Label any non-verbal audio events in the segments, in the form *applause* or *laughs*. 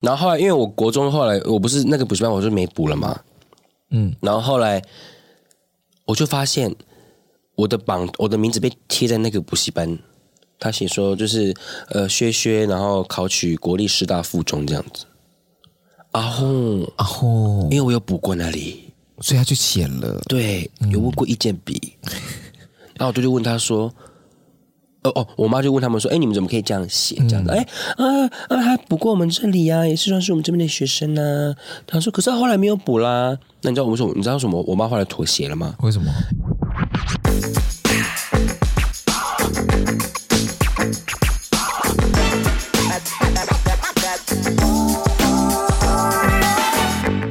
然后后来，因为我国中后来我不是那个补习班，我就没补了嘛。嗯，然后后来我就发现我的榜，我的名字被贴在那个补习班，他写说就是呃薛薛，然后考取国立师大附中这样子。啊吼，啊吼，因为我有补过那里，所以他就写了，对，有问过意见笔，然后我就就问他说。哦哦，我妈就问他们说：“哎，你们怎么可以这样写？这样的？哎、啊啊，他补过我们这里呀、也是算是我们这边的学生呐、他说：“可是他后来没有补啦。”那你知道我们说，你知道什么？我妈后来妥协了吗？为什么？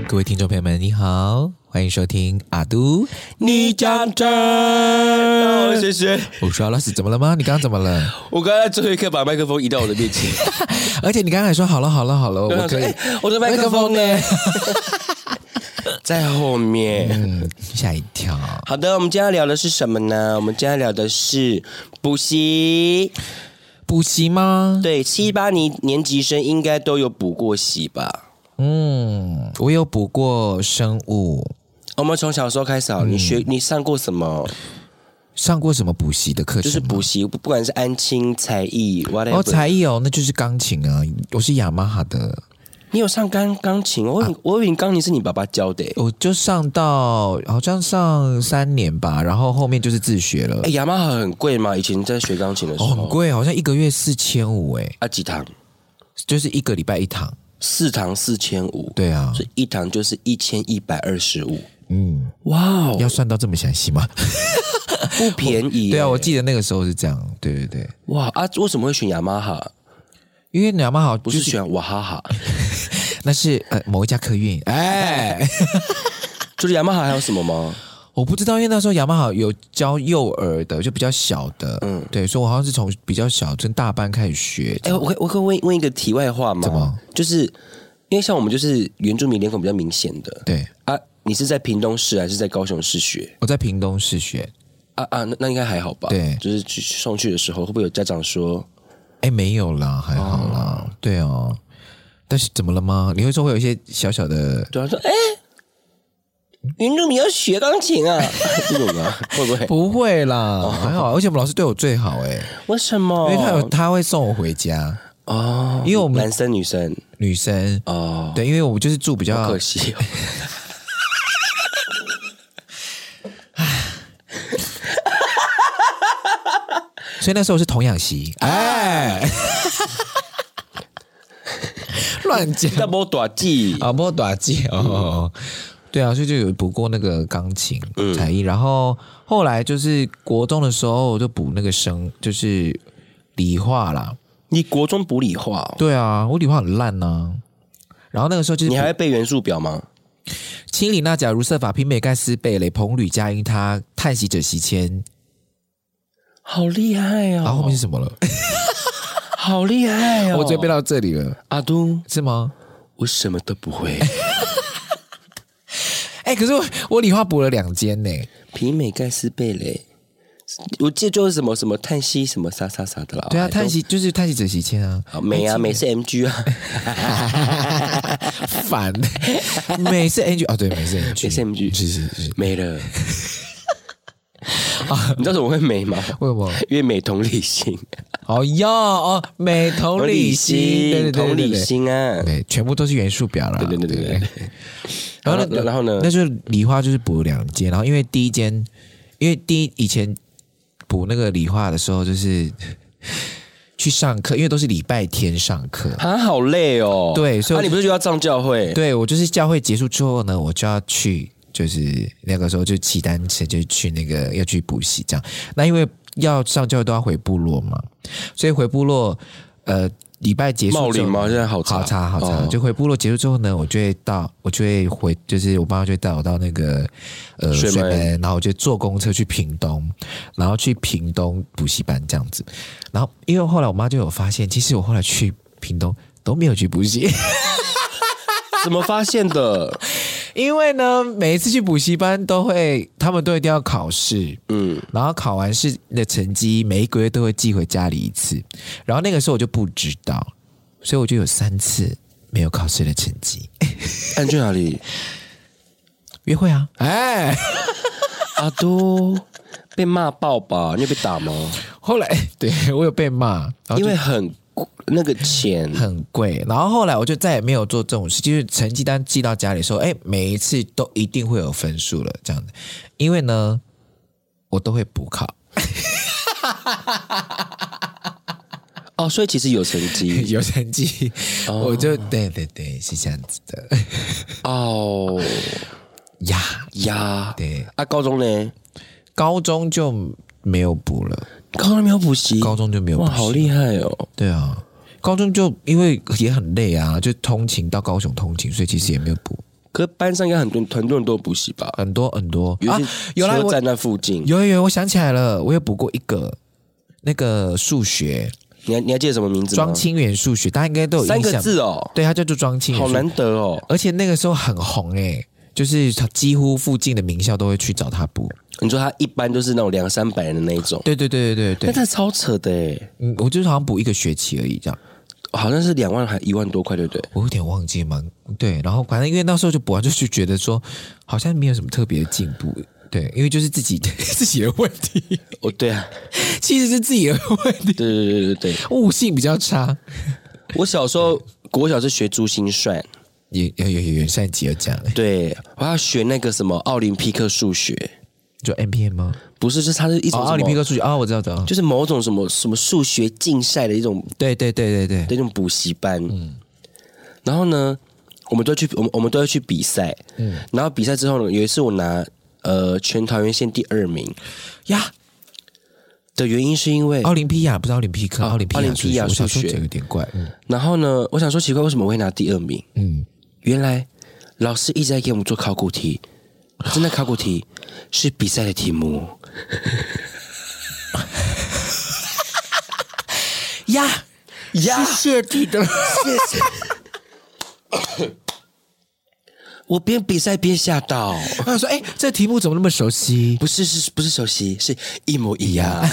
各位听众朋友们，你好，欢迎收听阿都，你讲真，谢谢。我说阿拉斯怎么了吗？你刚刚怎么了？我刚才最后一刻把麦克风移到我的面前，而且你刚才说好了，好了，好了，我我想说可以哎。我的麦克风呢？ *laughs* 在后面。嗯，吓一跳。好的，我们今天要聊的是什么呢？我们今天要聊的是补习。补习吗？对，七八年年级生应该都有补过习吧？嗯，我有补过生物，我们从小时候开始好，你嗯学你上过什么？上过什么补习的课就程？是补习，不不管是安亲、才艺哦， ，whatever。才艺哦，那就是钢琴啊，我是雅马哈的，你有上钢钢琴？我以啊为我以为你钢琴是你爸爸教的欸。我就上到好像上三年吧，然后后面就是自学了哎，，雅马哈很贵吗？以前在学钢琴的时哦，很候，贵，好像一个月四千五，哎，啊，几堂？就是一个礼拜一堂，四堂四千五，对啊，所以一堂就是一千一百二十五。嗯，哇哦，要算到这么详细吗？不便宜欸。 *laughs* 对啊，我记得那个时候是这样，对对对，哇啊，为什么会选雅马哈？因为雅马哈不就是是选娃哈 *laughs* 哈，那是呃某一家客运， *laughs* 哎。除了雅马哈还有什么吗？我不知道，因为那时候雅马哈有教幼儿的，就比较小的，嗯，对，所以我好像是从比较小，从大班开始学。哎、我可以我可以问问一个题外话吗？怎么？就是因为像我们就是原住民脸孔比较明显的对，啊，你是在屏东市还是在高雄市学？我在屏东市学。啊啊，那那应该还好吧？对就是去送去的时候，会不会有家长说哎，没有啦，还好啦，对哦。但是怎么了吗？你会说会有一些小小的，对啊说哎、原住民要学钢琴啊？ *laughs* 这种啊，会不会？不会啦，哦还好。而且我们老师对我最好哎、为什么？因为他有他会送我回家，哦，因为我们男生女生女生。哦，对，因为我们就是住比较可惜、哦。 *laughs* 所以那时候是童养媳，哎， *laughs* 乱 *laughs* 讲那波短记啊，摸短记哦。嗯对啊，所以就有补过那个钢琴才艺，然后后来就是国中的时候，我就补那个生，就是理化啦。你国中补理化、哦，对啊，我理化很烂呐、然后那个时候就是你还会背元素表吗？清理那假如设法媲美盖斯贝雷彭吕佳音他叹息者席谦，好厉害哦！然后后面是什么了？好厉害哦！ *laughs* 我直接背到这里了，阿都，是吗？我什么都不会。 *laughs* 哎、可是我我理化补了两间呢、皮美盖斯贝雷，我记得就是什么什么叹息什么啥啥啥的啦。对啊，哎还都叹息就是叹息者席谦啊，好美啊，美是 MG 啊，烦， *laughs* 每次 NG 哦，对，每次 *laughs* NG，美是 MG，是是是，美了。你知道怎么会美吗？为什么？因为美同理心，哦哟哦，美同理心，对对对同理，对心啊对。对，全部都是元素表啦，对对对啊对对。然然后后呢，然后呢那就是理化就是补两间，然后因为第一间，因为第一以前补那个理化的时候，就是去上课，因为都是礼拜天上课。啊，好累哦。对所以那我你不是就要上教会？对我就是教会结束之后呢，我就要去，就是那个时候就骑单车，就去那个要去补习这样。那因为要上教会都要回部落嘛，所以回部落，呃，礼拜结茂束之林后，吗？现在好好差差好差，哦就回部落结束之后呢，我就会到，我就会回，就是我妈妈就会带我到那个呃水门然后我就坐公车去屏东，然后去屏东补习班这样子。然后因为后来我妈就有发现，其实我后来去屏东都没有去补习。怎么发现的？因为呢，每一次去补习班都会，他们都一定要考试，嗯，然后考完试的成绩每一个月都会寄回家里一次，然后那个时候我就不知道，所以我就有三次没有考试的成绩。按去哪里？约会啊，哎，阿都被骂爆吧？你有被打吗？后来 *laughs* 对我有被骂，然后就因为很那个 *laughs* 钱，很贵。然后后来我就再也没有做这种事，就是成绩单寄到家里说，哎，每一次都一定会有分数了这样子，因为呢，我都会补考，哦，所以其实有成 *laughs* 绩 *coughs* 有成绩，我就对对对，是这样子的 *laughs* 哦呀。呀。对，啊，高中呢？高中就没有补了，高中没有补习，高中就没有补哇，好习。厉害哦！对啊，高中就因为也很累啊，就通勤到高雄通勤，所以其实也没有补可是班上应该很多很多人都有补习吧？很多很多尤啊其。有啦，车我站那附近，有有有，我想起来了，我有补过一个那个数学，你还你还记得什么名字吗庄？清源数学，大家应该都有三印个象。字哦，对，它叫做庄清源好数学，难得哦！而且那个时候很红诶、就是他几乎附近的名校都会去找他补。你说他一般都是那种两三百人的那一种，对对对对对但对，他超扯的哎，嗯，我就是好像补一个学期而已这样。好像是两万还一万多块，对不对？我有点忘记嘛，对，然后反正因为那时候就补完就是觉得说好像没有什么特别的进步，对，因为就是自己 *laughs* 自己的问题，哦，对啊，其实是自己的问题，对对对对对，悟性比较差，我小时候国小是学珠心算，也也也也善吉尔讲了，对，我要学那个什么奥林匹克数学，就 M P M 吗？不是，就是它是一哦，种奥林匹克，克数学，哦，我知道，知道，就是某种什么什么数学竞赛的一种对对对对的对，一种补习班。嗯然后呢，我们都去，我们我们都要去比赛。嗯然后比赛之后呢，有一次我拿呃全桃园县第二名呀，的原因是因为，奥林匹亚不是奥林匹克，哦奥林匹奥亚林数匹学，亚我小时候数学就有点怪，嗯然后呢，我想说奇怪，为什么我会拿第二名？嗯，原来老师一直在给我们做考古题，真的考古题是比赛的题目。呀呀，是设计的，我边比赛边吓到，我想说，哎，这题目怎么那么熟悉？不是是不是熟悉，是一模一 *laughs* 样。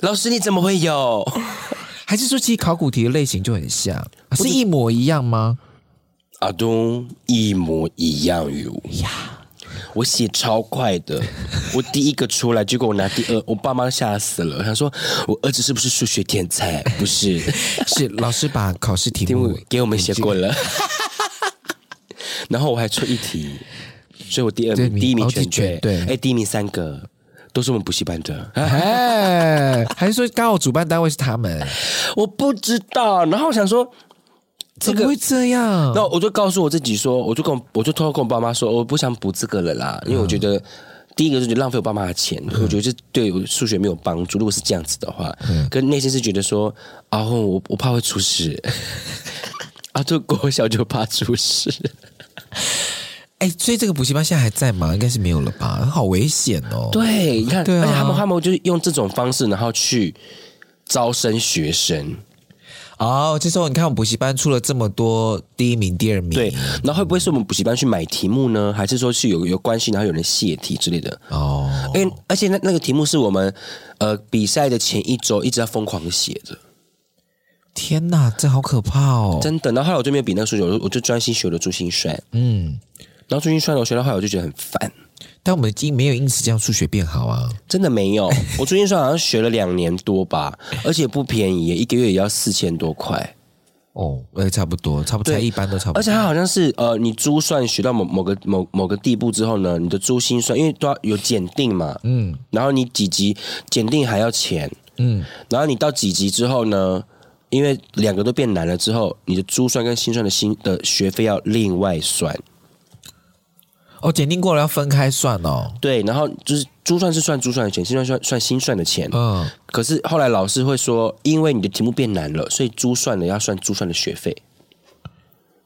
老师你怎么会有？还是说其实考古题的类型就很像，是一模一 *laughs* 样吗？阿东一模一样哟呀！我写超快 *laughs* 的，我第一个出来，结果我拿第二，我爸妈吓死了，想说我儿子是不是数学天才？不是，是老师把考试题题目目给我们写过了， *laughs* 然后我还出一 *laughs* 题，所以我第二对名，你第一名哦全全对，对哎，第一名三个都是我们补习班的，哎，还是说刚好主办单位是他们？我不知道，然后我想说。怎么会这样？那我就告诉我自己说，我就跟我我就偷偷跟我爸妈说，我不想补这个了啦，因为我觉得。第一个是觉得浪费我爸妈的钱，我觉得这对我数学没有帮助。如果是这样子的话，跟内心是觉得说啊，我我怕会出事， *laughs* 啊，就国小就怕出事。哎，所以这个补习班现在还在吗？应该是没有了吧？好危险哦！对，你看，对啊而且他们他们就是用这种方式，然后去招生学生。哦，这时候你看我们补习班出了这么多第一名、第二名，对，然后会不会是我们补习班去买题目呢？还是说是有有关系，然后有人泄题之类的？哦，因为而且那那个题目是我们呃比赛的前一周一直在疯狂写的，天哪，这好可怕哦！真的。然后后来我就没有比那个数学，我就我就专心学了珠心算。嗯，然后珠心算我学到后来我就觉得很烦，但我们因没有因此这样数学变好啊。真的没 *laughs* 有。我珠心算好像学了两年多吧，而且不便宜耶，一个月也要四千多块。哦，呃，差不多，差不多，对才一般都差不而多。且它好像是呃，你珠算学到某某个某某个地步之后呢，你的珠心算因为都要有检定嘛，嗯，然后你几级检定还要钱，嗯，然后你到几级之后呢，因为两个都变难了之后，你的珠算跟心算的心的学费要另外算，哦，检定过了要分开算哦。对，然后就是珠算是算珠算的钱，心算算算心算的钱，嗯，可是后来老师会说，因为你的题目变难了，所以珠算的要算珠算的学费，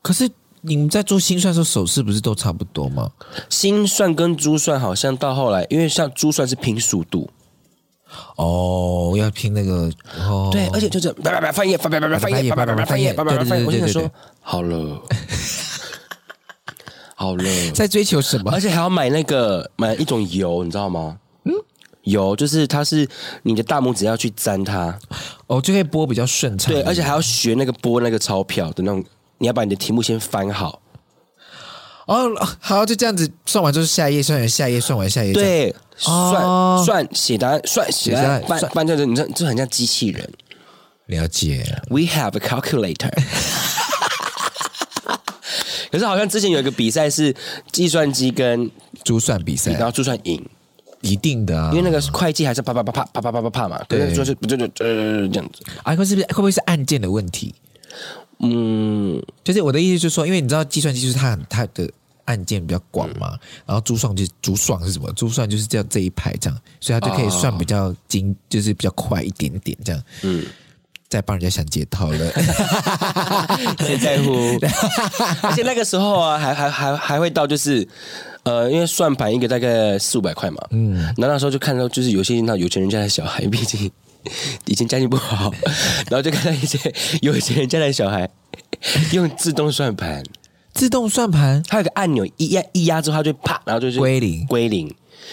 可是你们在做心算的时候，手势不是都差不多吗？心算跟珠算好像到后来，因为像珠算是拼速度。哦，要拼那个哦，对，而且就是叭叭叭翻页，叭叭叭叭翻页，叭叭叭叭翻页，叭叭叭翻页。我就想说，好 *laughs* 了，好了，在追求什么？而且还要买那个买一种油，你知道吗？嗯，有，就是它是你的大拇指要去沾它，哦，就可以播比较顺畅。对，而且还要学那个拨那个钞票的那种，你要把你的题目先翻好。哦，好，就这样子算完之后，下一页算完，下一页算完，下一页算完对，哦算算写答案，算写答案，写答案翻算翻这你这这很像机器人。了解。 We have a calculator 。可是好像之前有一个比赛是计算机跟珠算比赛然后珠算赢，一定的啊因为，那个会计还是啪啪啪啪啪啪啪啪啪嘛，可对是就是不就就呃这样子，啊，会是不是会不会是按键的问题？嗯，就是我的意思就是说，因为你知道计算机就是它很它的按键比较广嘛，嗯然后珠算就是珠算是什么？珠算就是这样这一排这样，所以它就可以算比较精，就是比较快一点点这样。嗯，再帮人家想解套了。 *laughs* 谁在乎？而且那个时候啊，还还还还会到就是，呃，因为算盘一个大概四五百块嘛，嗯，然后那时候就看到就是有些那有钱人家的小孩，毕竟以前家境不好，然后就看到一些有钱人家的小孩用自动算盘，自动算盘它有个按钮一压一压之后，它就啪，然后就是归零归零。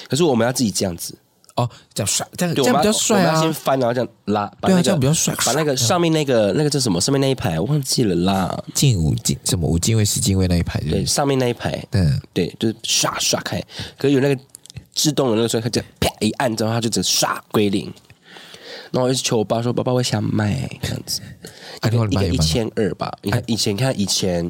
可是我们要自己这样子，哦，这样帅，这样对，这我样们比要较帅我们要先啊。翻，然后这样拉，把那对啊个这样比较帅把那个上面那个那个叫什么？上面那一排我忘记了啦。进五进什么五进位十进位那一排对不对，对上面那一排，嗯，对，就是刷刷开。可是有那个自动的那个时候，它就啪一按，之后它就只刷归零。然后我就去求我爸说：“爸爸，我想买这样子， *laughs* 啊一你后个来一个帮你买一吗啊千二吧。你看以前，看以前，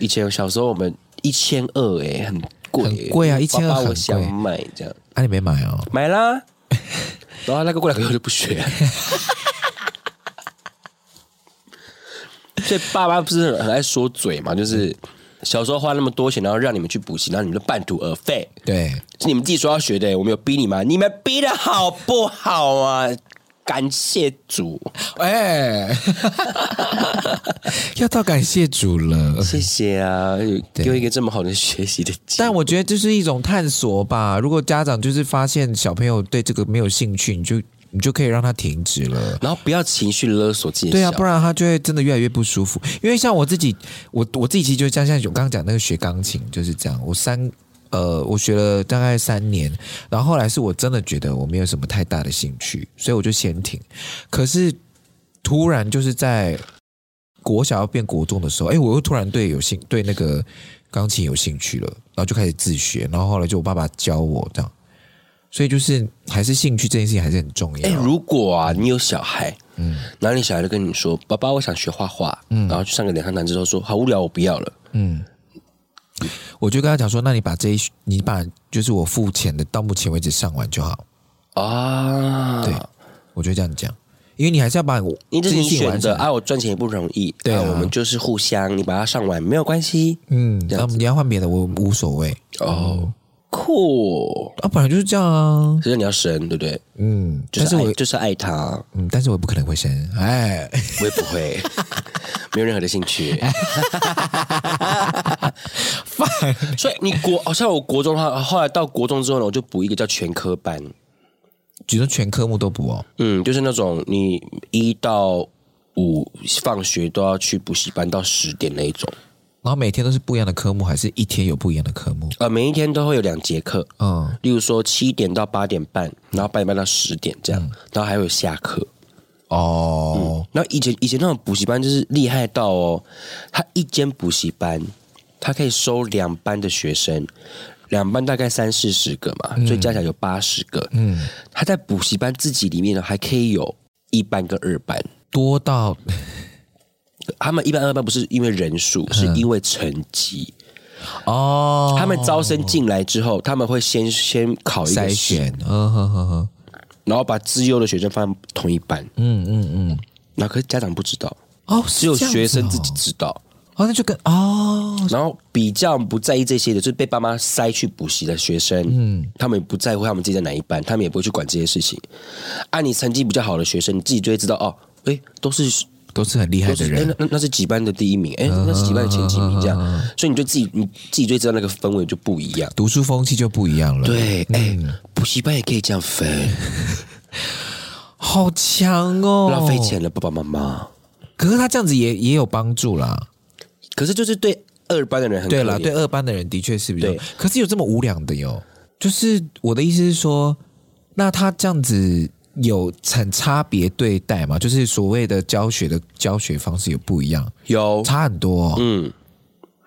以前小时候我们一千二哎，很贵欸，很贵啊1200爸爸很我贵想买这样，啊，你没买哦？买啦。 *laughs* 然后那个过两个月我就不学了。 *laughs* 所以爸爸不是很爱说嘴嘛，就是小时候花那么多钱，然后让你们去补习，然后你们就半途而废，对，是你们自己说要学的，我没有逼你们，你们逼的好不好啊？感谢主，哎、 *laughs* *laughs* 要到感谢主了。谢谢啊，有给我一个这么好的学习的机会。但我觉得这是一种探索吧。如果家长就是发现小朋友对这个没有兴趣，你就你就可以让他停止了。然后不要情绪勒索自己的对啊，小不然他就会真的越来越不舒服。因为像我自己，我我自己其实就像像我刚刚讲那个学钢琴就是这样，我三呃我学了大概三年，然后后来是我真的觉得我没有什么太大的兴趣，所以我就先停。可是突然就是在国小要变国中的时候，哎，我又突然对有兴对那个钢琴有兴趣了，然后就开始自学，然后后来就我爸爸教我这样。所以就是还是兴趣这件事情还是很重要。哎、如果啊，你有小孩，嗯，然后你小孩就跟你说：“爸爸，我想学画画。”嗯，然后去上个两三堂之后说：“好无聊，我不要了。嗯我就跟他讲说，那你把这一，你把就是我付钱的，到目前为止上完就好。”啊，对，我就这样讲，因为你还是要把我因为这是件你事情选完择成。啊，我赚钱也不容易，对啊我们就是互相，你把它上完没有关系。嗯，这然样后你要换别的，我无所谓哦，酷，啊，本来就是这样啊，可是你要神，对不对？嗯，就但是是爱，我，就是爱他，嗯，但是我不可能会生，哎， *laughs* 我也不会，没有任何的兴趣。烦，所以你国，好像我国中的话，后来到国中之后呢，我就补一个叫全科班。举得全科目都不哦，嗯，就是那种你一到五放学都要去补习班到十点那一种，然后每天都是不一样的科目，还是一天有不一样的科目？呃，每一天都会有两节课，嗯，例如说七点到八点半，然后八点半到十点这样，然后还有下课。哦，然后以前以前那种补习班就是厉害到哦，他一间补习班，他可以收两班的学生，两班大概三四十个嘛，所以加起来有八十个。嗯，他在补习班自己里面呢，还可以有一班跟二班。多到 *laughs* 他们一般二班不是因为人数，嗯是因为成绩。哦，他们招生进来之后，他们会先先考一个筛试，选，嗯哼哼哼，然后把资优的学生放在同一班。嗯嗯嗯，那可是家长不知道，哦，只有是这样子学生自哦己知道。哦，那就跟哦，然后比较不在意这些的，就是被爸妈塞去补习的学生，嗯，他们也不在乎他们自己在哪一班，他们也不会去管这些事情。按、你成绩比较好的学生，你自己就会知道哦，诶，都是都是很厉害都的是哎、人。嗯那那那是几班的第一名，哎、那是几班的前几名，这样，所以你就自己你自己就会知道那个氛围就不一样。读书风气就不一样了，，嗯对，哎、补习班也可以这样分，好强哦，浪费。钱了，爸爸妈妈。可是他这样子也也有帮助啦，可是就是对二班的人很对了，啦，对二班的人的确是比较对，可是有这么无良的哟。就是我的意思是说，那他这样子有很差别对待嘛？就是所谓的教学的教学方式有不一样，有，差很多、哦。嗯，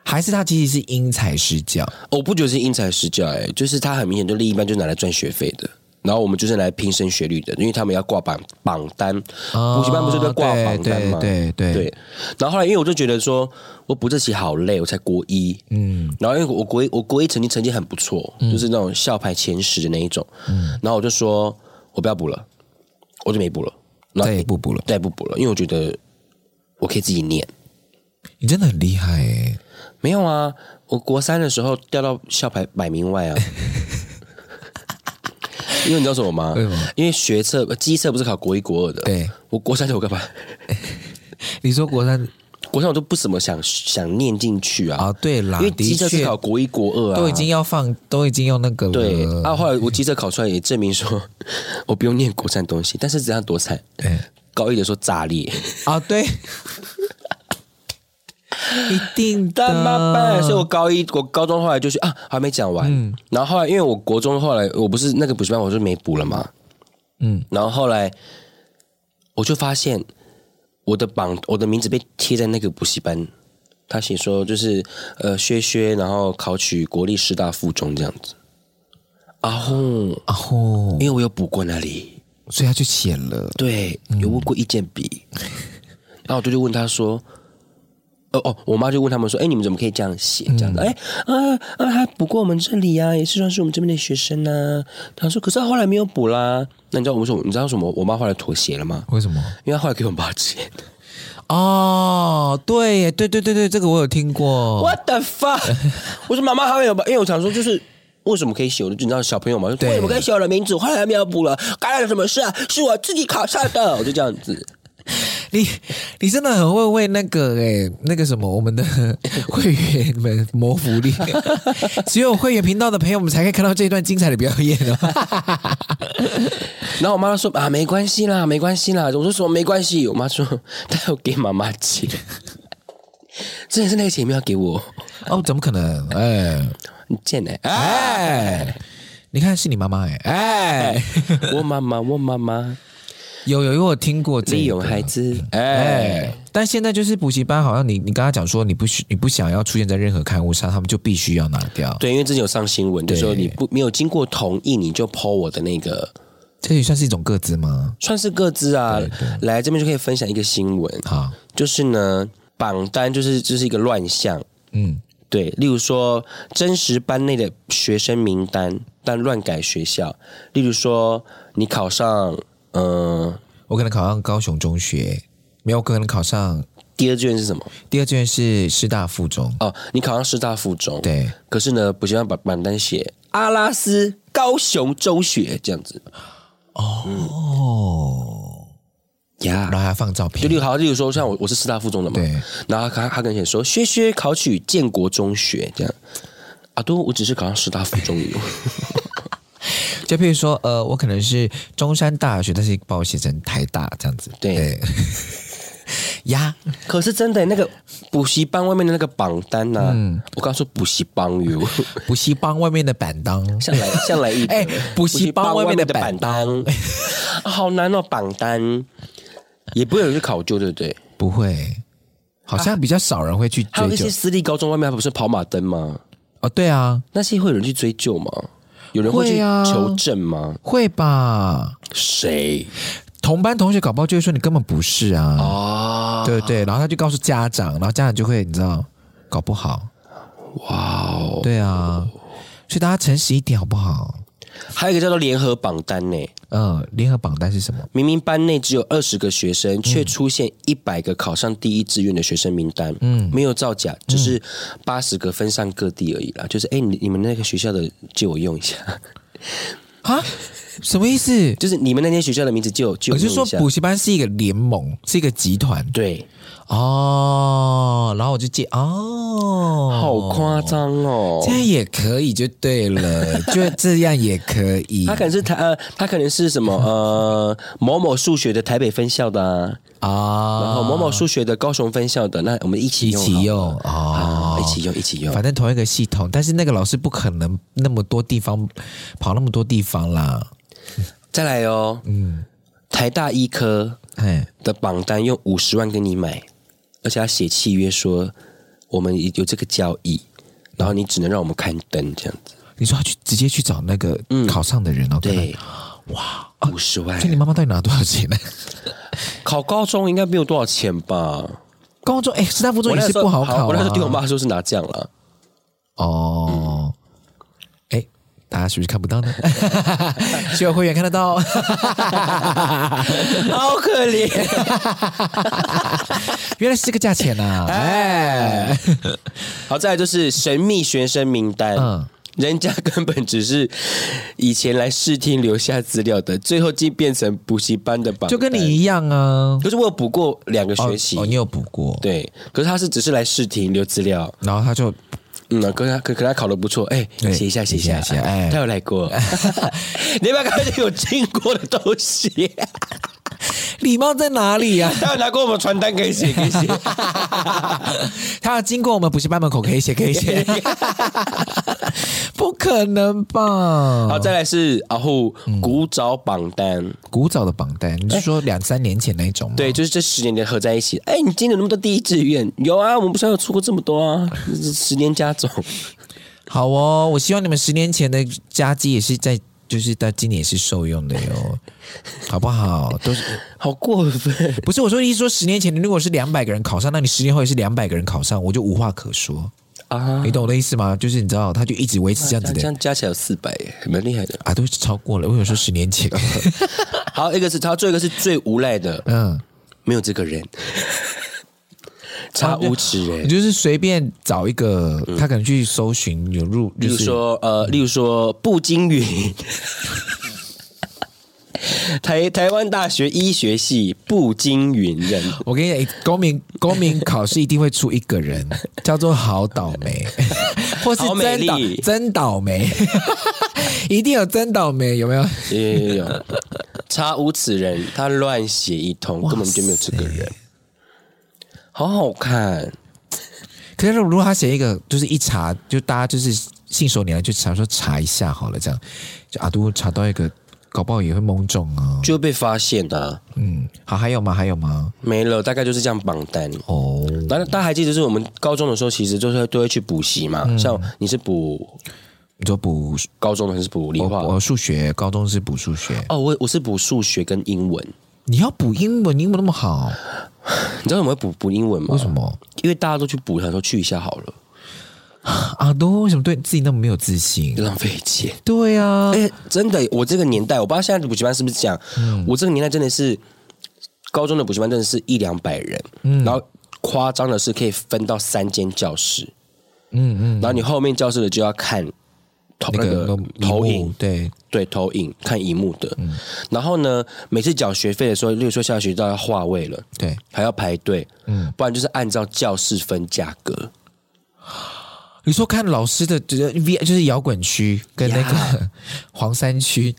还是他其实是因材施教，我哦不觉得是因材施教、欸，哎，就是他很明显就另一半就拿来赚学费的。然后我们就是来拼升学率的，因为他们要挂榜榜单，补补习班不是都挂榜单吗啊对对对对。然后后来因为我就觉得说，我补这期好累，我才国一，嗯然后因为我国一我国一成绩成绩很不错，就是那种校排前十的那一种，嗯然后我就说我不要补了，我就没补了，然后再也不补了。再也不补了，因为我觉得我可以自己念。你真的很厉害哎、没有啊，我国三的时候调到校排百名外啊。 *laughs* 因为你知道什么吗？为什么因为学测、呃机测不是考国一、国二的。对，我国三的我干嘛？你说国三国三我都不怎么想想念进去啊，啊？对啦，因为的机测是确考国一、国二啊，都已经呃要放，都已经用那个了。对。啊，后来我机测考出来也证明说 *laughs* 我不用念国三的东西，但是这样多惨。对高一的时候炸裂，啊，对， *laughs* 一定但妈办？所以的。我高一，我高中后来就是啊，还没讲完。然后后来，因为我国中后来我不是那个补习班，我就没补了嘛。嗯，然后后来我就发现我的榜，我的名字被贴在那个补习班，他写说就是呃薛薛，然后考取国立师大附中这样子。啊吼，啊吼因，为我有补过那里，所以他就写了。对，有问过意见笔，然后我就就问他说。哦哦，我妈就问他们说：“哎，你们怎么可以这样写？这样子？哎啊啊，他补过我们这里呀、也是算是我们这边的学生呐、他说：“可是他后来没有补啦。”那你知道我们说，你知道什么？我妈后来妥协了吗？为什么？因为他后来给我们八千。哦，对耶，对对对对，这个我有听过。 What the fuck！我说妈妈还没有吧，因为我想说就是。为什么可以写我的？你知道小朋友嘛？就为什么可以写我的名字？我后来没有补了，干了什么事啊？是我自己考上的，我就这样子。你你真的很会为那个哎，那个什么，我们的 *laughs* 会员们谋福 *laughs* 利。只有会员频道的朋友们才可以看到这一段精彩的表演哦。然后我妈说啊，没关系啦，没关系啦。我说什么没关系？我妈说她要给妈妈钱， *laughs* 真的是那个钱没有给我， *laughs* 哦，怎么可能？哎很贱哎、啊！哎，你看是你妈妈哎哎，我妈妈，我妈妈有有，因为我听过这利个用孩子哎哎，但现在就是补习班，好像你你跟他讲说你不许你不想要出现在任何刊物上，他们就必须要拿掉。，对，因为之前有上新闻，就说你不没有经过同意你就剖我的那个。这也算是一种个资吗？算是各自啊，来这边就可以分享一个新闻，好，就是呢，榜单就是就是一个乱象，嗯，对，例如说真实班内的学生名单，但乱改学校，例如说你考上呃我可能考上高雄中学，没有，我可能考上第二志愿是什么？第二志愿是师大附中。哦，你考上师大附中，，对，可是呢，补习班把榜单写阿拉斯高雄中学这样子，哦，呀、然后还放照就片例，如好，例如说像我我是师大附中的嘛，对，然后他他跟写说薛薛考取建国中学这样，啊，都我只是考上师大附中而已，就譬如说，呃，我可能是中山大学，但是把我写成台大这样子。对 *laughs* 呀，可是真的那个补习班外面的那个榜单呐、嗯我刚说补习班哟，补习班外面的板当， *laughs* 像来像来一 *laughs* 哎补习班外面的板单， *laughs* 啊好难哦，榜单也不会有人去考究，对不对？不会，好像比较少人会去啊还有追一究些。私立高中外面还不是跑马灯吗？哦，对啊，那些会有人去追究吗？有人会去会啊求证吗？会吧？谁同班同学搞不好就会说你根本不是啊，啊？对不对？然后他就告诉家长，然后家长就会你知道搞不好，哇哦！对啊，所以大家诚实一点好不好？还有一个叫做联合榜单呢，嗯，联合榜单是什么？明明班内只有二十个学嗯生，却出现一百个考上第一志愿的学生名单，嗯，没有造假，只是八十个分散各地而已啦。就是哎，你你们那个学校的借我用一下， *laughs* 啊？什么意思？ *laughs* 就是你们那间学校的名字借我借我我哦是用说一下补。习班是一个联盟，是一个集团对，哦。然后我就借哦，好夸张哦这！样也可以就对 *laughs* 了，就这样也可以他可能是台呃，他可能是什 *laughs* 么呃某某数学的台北分校的啊，啊。然后某某数学的高雄分校的，那我们一起一用哦起好用啊哦，一起用，一起用。反正同一个系统，但是那个老师不可能那么多地方跑那么多地方啦。再来哦，嗯，台大医科哎，的榜单用五十万跟你买，而且他写契约说我们有这个交易，然后你只能让我们刊登这样子。你说他去直接去找那个考上的人哦，跟他嗯对，哇，哦五十万所以，你妈妈到底拿多少钱呢？ *laughs* 考高中应该没有多少钱吧？高中哎，师大附中我也那是时候不好考、啊、我那时候听嗯我妈说是拿这样 *laughs* 了，哦，哎、大家是不是看不到呢？ *laughs* 只有会员看得到。 *laughs* 好可怜。原来是这个价钱呐、啊！哎，好，再来就是神秘学生名单，嗯人家根本只是以前来试听留下资料的，最后竟变成补习班的榜单。就跟你一样啊。可是我有补过两个学期，哦，你有补过，对，可是他是只是来试听留资料，然后他就嗯，可是他可可他考的不错，哎、对写一下写一写下啊一下写哎他有来 *laughs* 过，你要不要看有进过的东西？礼貌在哪里啊呀、他有拿过我们传单可以写可以 *laughs* 写，他要经过我们补习班门口，可以写，可以 *laughs* 写，不可能吧？好，再来是阿虎古早榜单，古早的榜单，你是说两三年前那一种吗？对，就是这十年的合在一起，哎、你今年有那么多第一志愿？有啊，我们不是还有出过这么多啊，十年加总，好哦，我希望你们十年前的家鸡也是在，就是到今年也是受用的 *laughs* 哟，好不好？都是好过分。不是我说，一说十年前如果是两百个人考上，那你十年后也是两百个人考上，我就无话可说，啊，你懂我的意思吗？就是你知道，他就一直维持啊这样子这的样加起来有四百，蛮厉害的。啊，都超过了。我有说十年 *laughs* 前，好，一个是他，最后一个是最无赖的，嗯，没有这个人，差无耻人。你就是随便找一个，他可能去搜寻有入，例就如是说，呃，例如说步惊云，台台湾大学医学系步惊云人，我跟你讲，公民公民考试一定会出一个人，叫做好倒霉，或是好美真倒丽真倒霉， *laughs* 一定有真倒霉，有没有？有有有有，差无此人，他乱写一通，根本就没有这个人，好好看，可是如果他写一个，就是一查，就大家就是信手拈来，就查说查一下好了，这样就阿都查到一个，搞不好也会懵中啊。就被发现啊，嗯，好，还有吗？还有吗？没了，大概就是这样榜单。哦，然后大家还记得，就是我们高中的时候，其实就是都会去补习嘛。嗯像你是补你说补高中的还是补理我化？我数学，高中是补数学，哦，我我是补数学跟英文。你要补英文，你英文那么好，你知道我们会补补英文吗？为什？么？因为大家都去补，想说去一下好了，阿啊都为什么对自己那么没有自信？浪费钱。对啊， *laughs* 哎、真的，我这个年代，我不知道现在的补习班是不是这样。我这个年代真的是，高中的补习班真的是一两百人，然后夸张的是可以分到三间教室，嗯嗯，然后你后面教室的就要看投那那个个嗯投影，对，对投影看荧幕的。然后呢，每次缴学费的时候，例如说下学期到要划位了，对还要排队，不然就是按照教室分价格。你说看老师的就是 V 就是摇滚区跟那个 *laughs* 黄山区，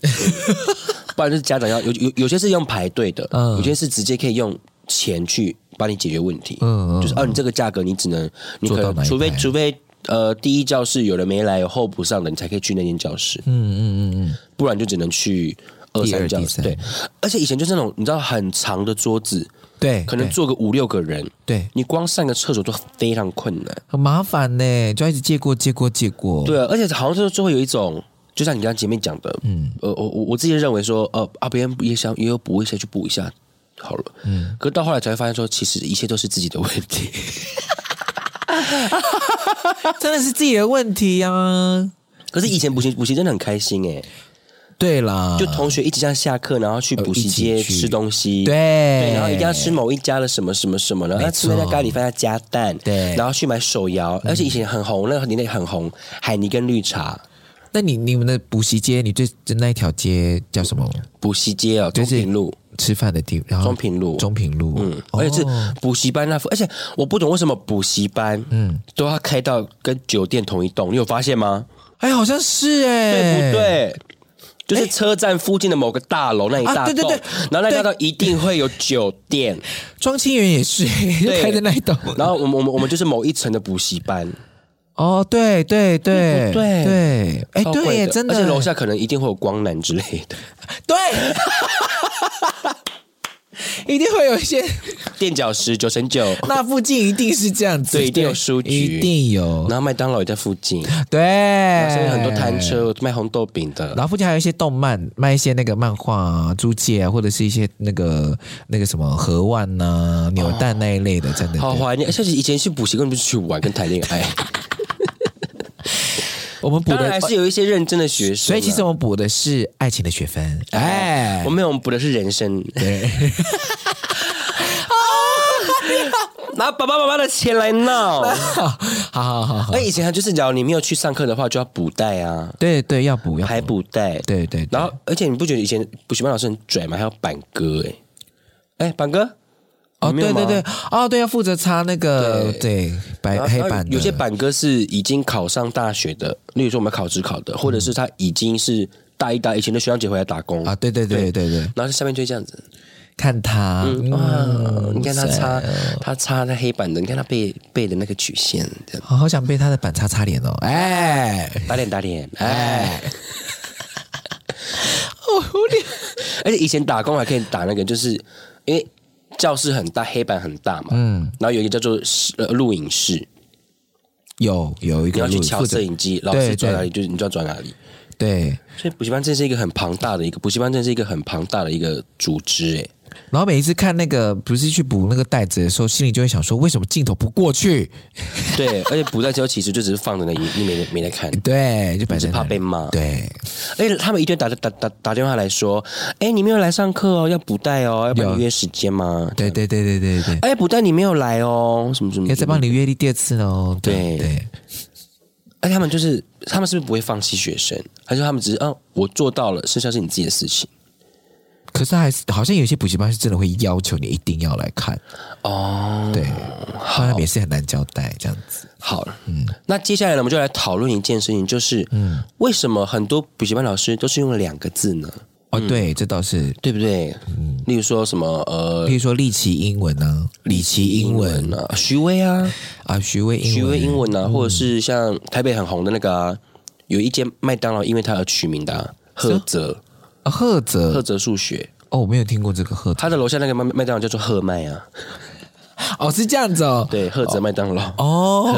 *laughs* 不然就是家长要有有有些是用排队的，嗯有些是直接可以用钱去帮你解决问题，嗯嗯就是哦，你这个价格你只能你可做到哪能一除非排除非呃第一教室有人没来有候补上的，你才可以去那间教室，嗯嗯嗯嗯，不然就只能去二第三二教第室，三对，而且以前就是那种你知道很长的桌子，对，可能对坐个五六个人，对你光上个厕所都非常困难，很麻烦呢，就要一直借过借过借过，对啊，而且好像就是就会有一种。就像你刚刚前面讲的，嗯，呃，我我我自己认为说，呃，啊，别人也想也有补一下，去补一下好了，嗯，可是到后来才会发现说，其实一切都是自己的问题， *laughs* 真的是自己的问题啊。可是以前补习补习真的很开心哎、对啦，就同学一起这样下课，然后去补习呃街一起去吃东西，对对，然后一定要吃某一家的什么什么什么，然后要吃那家咖喱饭要加蛋，对然后去买手摇，而且以前很红，那个年代很红，海尼跟绿茶。那你你们的补习街，你最那一条街叫什么？补习街哦，中就是平路，吃饭的地，然后中平路中平路，哦嗯，而且是补习班那附，而且我不懂为什么补习班，嗯，都要开到跟酒店同一栋，你有发现吗？哎，好像是对哎，不？对？就是车站附近的某个大楼那一大啊栋，对对对然后那大栋一定会有酒 *laughs* 店，庄清源也是，就开在那一栋，然后我们我们我们就是某一层的补习班，哦，对对对对不对对，哎超对贵耶，真的，而且楼下可能一定会有光男之类的， *laughs* 对， *laughs* 一定会有一 *laughs* 些，垫脚石九乘 *laughs* 九，那附近一定是这样子，对一定有书局一定有然，后麦当劳也在附近，对，然后现在很多摊车卖红豆饼的，然后附近还有一些动漫，卖一些那个漫画啊、租借啊，或者是一些那个那个什么盒腕呐、扭蛋那一类的，真的。好对怀念。而且以前去补习根本就是去玩跟谈恋爱，我 *laughs* 们补当然还的，是有一些认真的学生啊，所以其实我们补的是爱情的学分。哎我，没有，我们补的是人生。对。 *laughs* 拿爸爸妈妈的钱来闹， *laughs* 好好好好，那以前他就是，假如你没有去上课的话，就要补带啊，对对，要补要补还补带。对对对然后，而且你不觉得以前补习班老师很拽吗？还有板哥、欸，哎，哎，板哥，哦，你没有对对吗对，哦，对，要负责擦那个对白然后黑然后板的，啊有些板哥是已经考上大学的，例如说我们考职考的，或者是他已经是大一、大一以前的学长姐回来打工啊，对对对对对，然后下面就会这样子，看他，嗯哦啊，你看他塞擦他擦那黑板的，你看他背背的那个曲线，这样好好想被他的板擦擦脸哦，哎，打脸打脸， *laughs* 哎， *laughs* 而且以前打工还可以打那个，就是因为教室很大，黑板很大嘛，嗯，然后有一个叫做室呃录影室，有有一你个要去路敲负摄责，影机，老师对转对哪里就你就要转哪里。对，所以补习班真是一个很庞大的一个补习班，真是一个很庞大的一个组织，哎， *laughs* 然后每一次看那个不是去补那个袋子的时候，心里就会想说，为什么镜头不过去？对，而且补在之后其实就只是放着那，你你没没来看，对，就摆只在怕那被里。骂。对，而且哎他们一定打打打打电话来说，哎，你没有来上课哦，要补带哦，要帮有你约时间吗？对对对对对对，哎，补带你没有来哦，什么什么，要再帮你。你约第第二次哦。对对对，而且哎他们就是，他们是不是不会放弃学生？还是他们只是，嗯、我做到了，剩下是你自己的事情？可是还是好像有些补习班是真的会要求你一定要来看，哦，对，好像也是很难交代这样子。好了，嗯，那接下来呢，我们就来讨论一件事情，就是，嗯，为什么很多补习班老师都是用了两个字呢？哦，对，这倒是，对不对？嗯例如说什么呃比，如说利奇英文呢，李奇英文啊，徐威啊，啊，徐威英徐威文，英文啊，或者是像台北很红的那个、啊，有一间麦当劳因为它而取名的、啊。赫泽，啊，赫赫泽，泽数学，哦，我没有听过这个赫泽，它的楼下那个麦麦当劳叫做赫麦啊，哦，是这样子哦，对，赫泽麦当劳，赫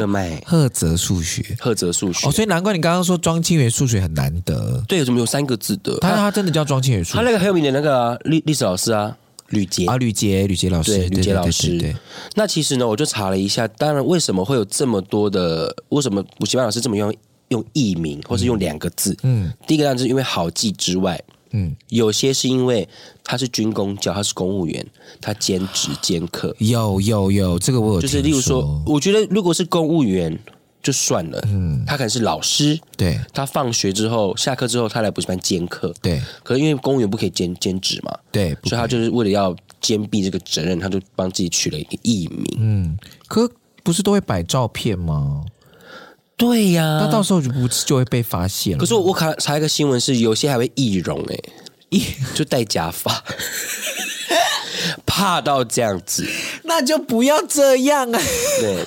哦，麦，赫泽数学，赫泽数学哦，，所以难怪你刚刚说庄清源数学很难得，对，怎么有三个字的？他他他真的叫庄清源数他学那个很有名的那个啊历历史老师啊，吕杰。啊，吕杰吕杰老师，对，吕杰对老对师。对对那其实呢，我就查了一下，当然为什么会有这么多的，为什么补习班老师这么用用艺名，或是用两个字？嗯，第一个当然是因为好记之外，嗯，有些是因为他是军工教，他是公务员，他兼职兼课，有有有，这个我有，就是例如说，，我觉得如果是公务员就算了，嗯，他可能是老师，对他放学之后、下课之后，他来补习班兼课。对可是因为公务员不可以兼兼职嘛，对，所以他就是为了要兼避这个责任，他就帮自己取了一个艺名。嗯，可不是都会摆照片吗？对呀、那到时候就不就会被发现了？嗯可是我我查查一个新闻是，有些还会易容哎、 *laughs* 易就戴假发，怕到这样子。那就不要这样啊！对，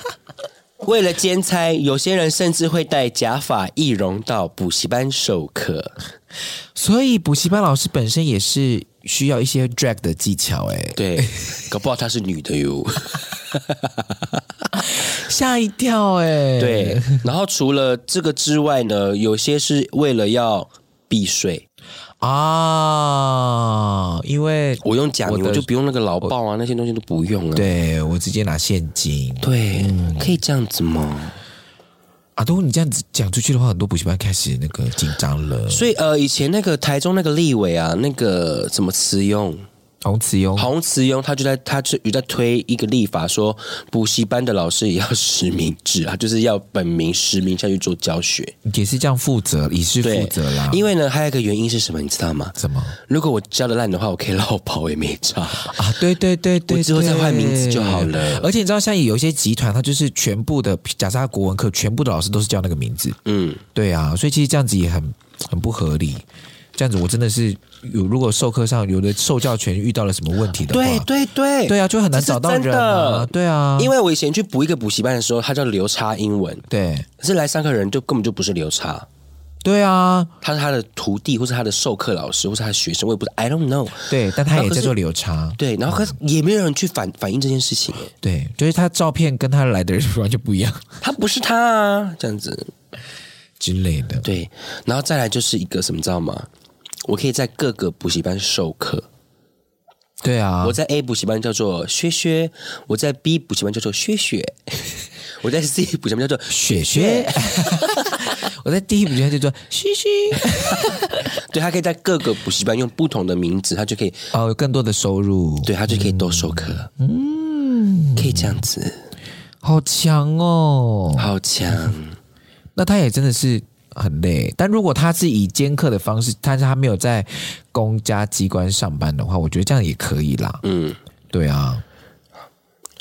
为了兼差，有些人甚至会戴假发易容到补习班授课。 *laughs* 所以补习班老师本身也是需要一些 drag 的技巧哎、对，搞不好她是女的哟。吓一跳哎、，对，然后除了这个之外呢，有些是为了要避税，啊，因为我用假名，我的我就不用那个劳保啊，那些东西都不用了。对我直接拿现金对，可以这样子吗？啊，如果你这样子讲出去的话，很多补习班开始那个紧张了。所以呃，以前那个台中那个立委啊，那个什么慈庸，洪慈庸，洪慈庸，他就在他就有在推一个立法，说补习班的老师也要实名制啊，就是要本名实名下去做教学。也是这样负责，以示对负责啦。因为呢，还有一个原因是什么，你知道吗？什么如果我教的烂的话，我可以绕跑，我也没差。啊？对对对对，我之后再对换名字就好了而且你知道，像有些集团，它就是全部的，假设他国文课全部的老师都是叫那个名字，嗯，对啊，所以其实这样子也很很不合理。这样子我真的是有，如果授课上有的受教权遇到了什么问题的话，对对对对啊，就很难找到这是人真啊的，对啊，因为为我以前去补一个补习班的时候，他叫流差英文，对可是来上课的人就根本就不是流差，对啊，他是他的徒弟，或是他的授课老师，或是他的学生，我也不知道，I don't know。对，但他那也可在是做流差，对，然后可是也没有人去反反映这件事情，哎对，就是他照片跟他来的人完全不一样 *laughs* 他不是他啊，这样子。之类的，对，然后再来就是一个什么，你知道吗？我可以在各个补习班授课，对啊我，在 A 补习班叫做薛薛，我在 B 补习班叫做薛薛，我在 C 补习班叫做雪 *laughs* 雪，我在第一部剧就说 *laughs* 嘘嘘，对，他可以在各个补习班用不同的名字，他就可以，哦，有更多的收入，对他就可以都授课。嗯，可以这样子，好强哦，好强。那他也真的是很累。但如果他是以兼课的方式，但是他没有在公家机关上班的话，我觉得这样也可以啦。嗯，对啊，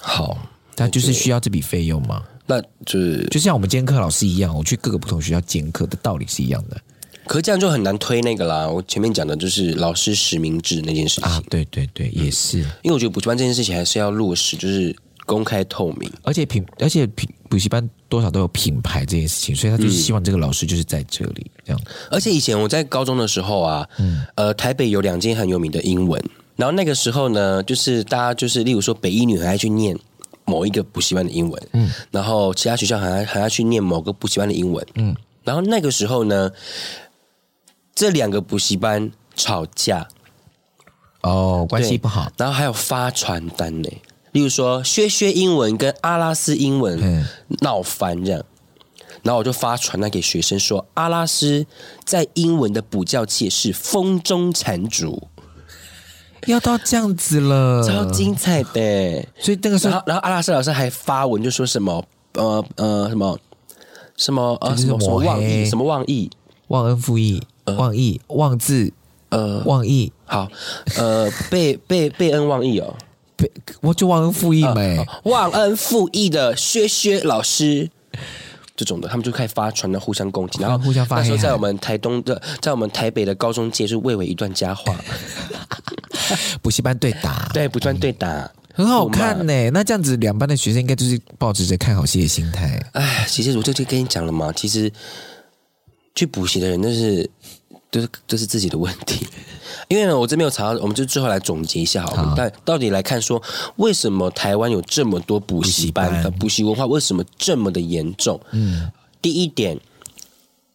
好，他就是需要这笔费用嘛，那就是，就像我们兼课老师一样，我去各个不同学校兼课的道理是一样的可是这样就很难推那个啦。我前面讲的就是老师实名制那件事情，啊。对对对，嗯也是。因为我觉得补习班这件事情还是要落实，就是公开透明。而且品，而且品补习班多少都有品牌这件事情，所以他就是希望这个老师就是在这里、这样。而且以前我在高中的时候啊，呃，台北有两间很有名的英文，然后那个时候呢，就是大家就是例如说北一女很爱去念某一个补习班的英文，嗯，然后其他学校很爱很爱去念某个补习班的英文，嗯，然后那个时候呢，这两个补习班吵架，哦，关系对不好，然后还有发传单呢，例如说薛薛英文跟阿拉斯英文嗯闹翻这样。然后我就发传单给学生说，阿拉斯在英文的补教界是风中残烛，要到这样子了，超精彩 *laughs* 的。所以那个时然候后，然后阿拉斯老师还发文就说什么，呃呃，什么什么呃就是什么什么抹忘黑义，什么忘义，忘恩负义、忘义、忘字、呃，忘义，好，呃，贝贝贝恩忘义哦，被我就忘恩负义呗、忘恩负义的薛薛老师。这种的，他们就开始发传单，互相攻击，然后互相发那时候黑函啊在我们台东的，在我们台北的高中界是蔚为一段佳话，补习班对打，对，不断对打，很好看呢、那这样子，两班的学生应该就是抱着着看好戏的心态。哎，其实我就就跟你讲了嘛，其实去补习的人都是都是都是自己的问题，因为呢，我这边有查到，我们就最后来总结一下好了，但到底来看说，为什么台湾有这么多补习补习班班的补习文化为什么这么的严重？嗯，第一点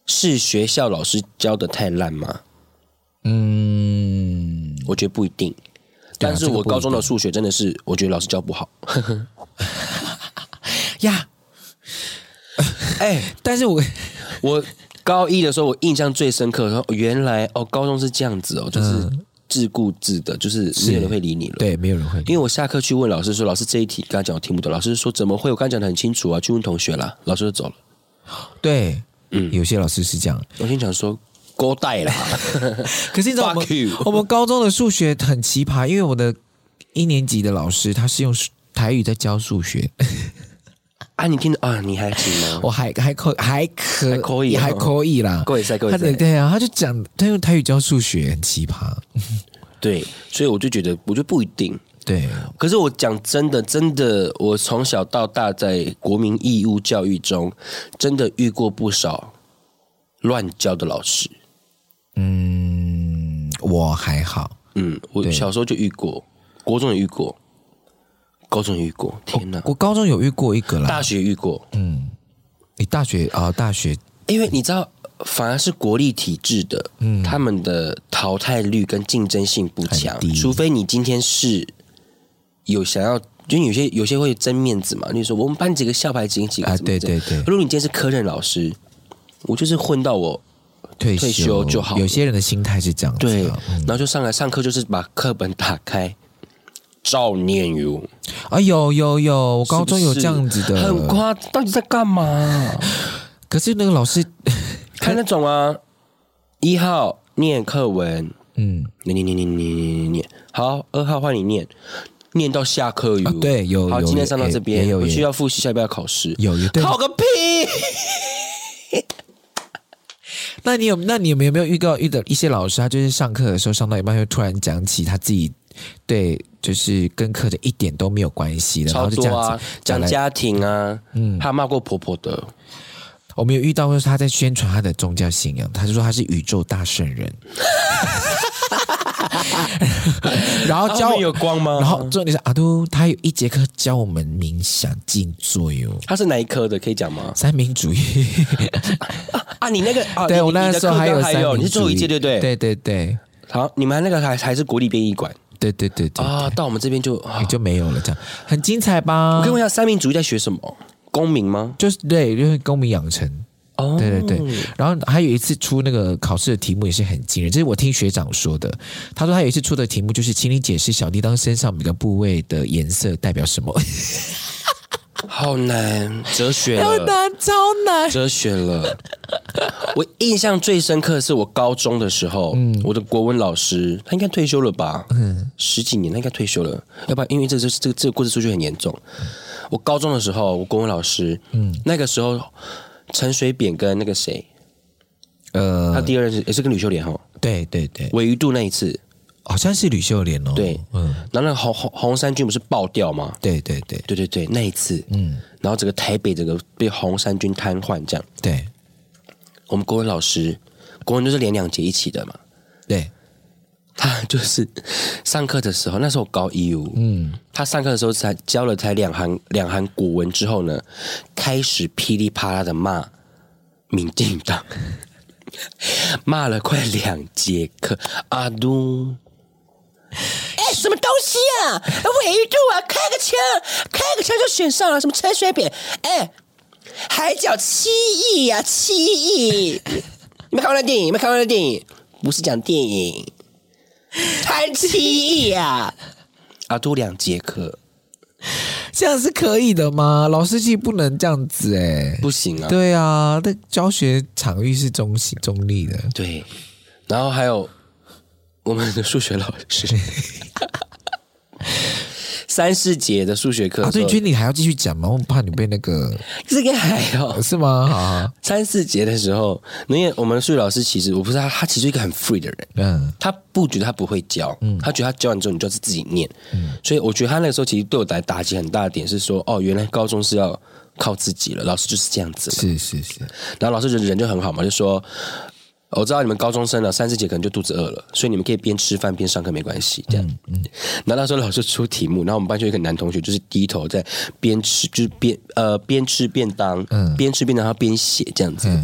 是学校老师教的太烂吗？嗯，我觉得不一定。对啊但是这个我不一高中的数学真的是，我觉得老师教不 *laughs* 好。呀，哎、但是 *laughs* 我。，我高一的时候，我印象最深刻的时候，说原来哦，高中是这样子哦，就是自顾自的，就是没有人会理你了对没有人会理，因为我下课去问老师说，老师这一题刚才讲我听不懂，老师说怎么会？我刚才讲的很清楚啊，去问同学啦，老师就走了。对，嗯，有些老师是这样。我心想说。勾带啦，可是你知道我们 Fuck you *laughs* 我们高中的数学很奇葩，因为我的一年级的老师他是用数台语在教数学，嗯啊，你听得啊，你还行吗？ *laughs* 我还还可还可还可以也哦还可以啦，够也塞，够他也对塞。对啊，他就讲他用台语教数学，很奇葩。对，所以我就觉得，我觉得不一定。对，可是我讲真的，真的，我从小到大在国民义务教育中，真的遇过不少乱教的老师。嗯，我还好。嗯，我小时候就遇过，国中也遇过，高中也遇哦过，天哪！我高中有遇过一个啦大，学也遇过，你大学啊、大学因为你知道，反而是国力体制的，他们的淘汰率跟竞争性不强嗯很低，除非你今天是有想要。就有些有些会争面子嘛，你说我们班几个校牌几个几个啊怎么对怎么样对对如果你今天是科任老师，我就是混到我退退休就好了有些人的心态是这样子对，啊，然后就上来上课就是把课本打开，照念哟。啊有有有，我高哦中有这样子的，很夸，到底在干 *laughs* 嘛？可是那个老师，看那种啊，一号念课文，嗯，念念念念念念念念，好，二号换你念，念到下课哟、啊对有好，有今天上到也这也边有，回也去要复习，下一步要考试，有有对考个屁！那你有那你有没有没有遇到遇到一些老师，他就是上课的时候上到一半，就突然讲起他自己对就是跟课的一点都没有关系的，然超后就多这样啊子，讲来家庭啊，嗯，他骂过婆婆的，我们有遇到，就是他在宣传他的宗教信仰，他就说他是宇宙大圣人，然后他啊教后面有光吗然后重点是阿都，他有一节课教我们冥想静坐哟，他是哪一科的？可以讲吗？三民主义。啊，你那 *laughs* 个啊，对你我那你的时候课纲有还三你民是最后主一义，届对不对？，对对对好，你们那个还还是国立编译馆对对对对，啊，到我们这边就啊也，就没有了，这样很精彩吧我可以？问一下三民主义在学什么？公民吗？就是对，就是公民养成。哦，对对对，然后还有一次出那个考试的题目也是很惊人，这是我听学长说的。他说他有一次出的题目就是，请你解释小叮当身上每个部位的颜色代表 *laughs* 什么。好难，哲学超 *laughs* 了，难，超难。哲学了。 *laughs* 我印象最深刻的是我高中的时候，嗯我的国文老师他应该退休了吧？嗯，十几年他应该退休了，要不然因为这这这个这个故事出去很严重。我高中的时候，我国文老师，嗯，那个时候陈水扁跟那个谁，他呃，第二任是也是跟吕秀莲哈，对对对，维鱼渡那一次，好像是吕秀莲哦。对嗯，然后那个红红红衫军不是爆掉吗？对对对对对对，那一次，嗯，然后整个台北整个被红衫军瘫痪这样。对我们国文老师，国文就是连两节一起的嘛，对， *laughs* 他就是上课的时候，那时候我高一五，嗯，他上课的时候才教了才两行两行古文之后呢，开始噼里啪啦的骂民进党， *laughs* 骂了快两节课，阿都。哎、什么东西啊！伪度啊，开个枪，开个枪就选上了，什么陈水扁，哎、海角七亿啊，七亿！ *laughs* 你们看过那电影？你们看过那电影？不是讲电影，贪七亿啊！啊，多两节课这样是可以的吗？老师其实不能这样子哎、不行啊。对啊，那教学场域是中性中立的。对，然后还有我们的数学老师， *laughs* 三四节的数学课啊，的时对，候，君，你还要继续讲吗？我怕你被那个这个还好。是 *laughs* 吗？好好， *laughs* 三四节的时候，因为我们数学老师其实我不是他，他其实是一个很 free 的人，嗯，他不觉得他不会教，他觉得他教完之后你就是自己念，所以我觉得他那个时候其实对我来打击很大的点是说，哦，原来高中是要靠自己了，老师就是这样子了是是是，然后老师人人就很好嘛，就说。哦我知道你们高中生啊了，三四节可能就肚子饿了，所以你们可以边吃饭边上课没关系。这样，然后那时候老师出题目，然后我们班就有一个男同学，就是低头在边吃，就是边呃边吃便当，边吃便当然后边写这样子，然